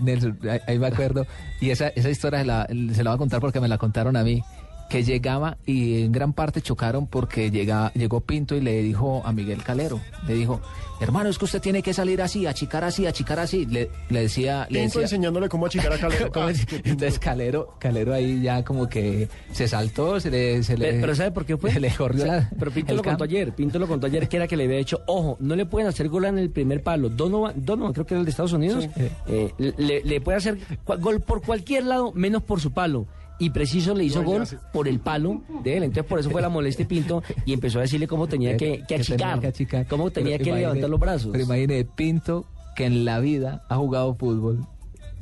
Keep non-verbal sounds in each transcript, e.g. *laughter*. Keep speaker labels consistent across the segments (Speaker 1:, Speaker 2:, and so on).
Speaker 1: Nelson, ahí- ahí me acuerdo. Y esa, esa historia se la, se la voy a contar porque me la contaron a mí. Que llegaba y en gran parte chocaron porque llega, llegó Pinto y le dijo a Miguel Calero, le dijo, hermano, es que usted tiene que salir así, achicar así, achicar así. Le, le decía... Le
Speaker 2: Pinto
Speaker 1: decía *laughs*
Speaker 2: enseñándole cómo achicar a *laughs* Calero.
Speaker 1: ¿Cómo es? Entonces Calero, Calero ahí ya como que se saltó, se le... se le-
Speaker 3: Pe- Pero ¿sabe por qué
Speaker 1: *laughs*
Speaker 3: fue?
Speaker 1: Se le corrió
Speaker 3: O sea,
Speaker 1: la-
Speaker 3: Pero Pinto
Speaker 1: el
Speaker 3: lo contó
Speaker 1: campo.
Speaker 3: ayer. Pinto lo contó ayer que era que le había dicho, ojo, no le pueden hacer gol en el primer palo. Donovan, Donovan creo que era el de Estados Unidos, eh, le, le puede hacer cua- gol por cualquier lado menos por su palo. Y preciso le hizo gol por el palo de él. Entonces por eso fue la molestia de Pinto y empezó a decirle cómo
Speaker 1: *laughs*
Speaker 3: tenía que, que achicar, cómo tenía
Speaker 1: Pero
Speaker 3: que
Speaker 1: imagine-
Speaker 3: levantar los brazos.
Speaker 1: Pero imagine, Pinto, que en la vida ha jugado fútbol,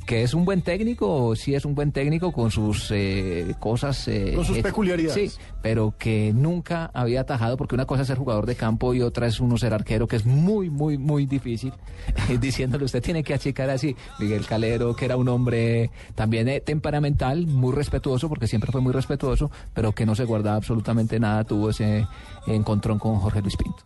Speaker 1: que es un buen técnico, sí es un buen técnico con sus eh, cosas... eh,
Speaker 2: Con sus
Speaker 1: eh,
Speaker 2: peculiaridades.
Speaker 1: Sí, pero que nunca había atajado, porque una cosa es ser jugador de campo y otra es uno ser arquero, que es muy, muy, muy difícil, *laughs* diciéndole usted tiene que achicar así. Miguel Calero, que era un hombre también eh, temperamental, muy respetuoso, porque siempre fue muy respetuoso, pero que no se guardaba absolutamente nada, tuvo ese encontrón con Jorge Luis Pinto.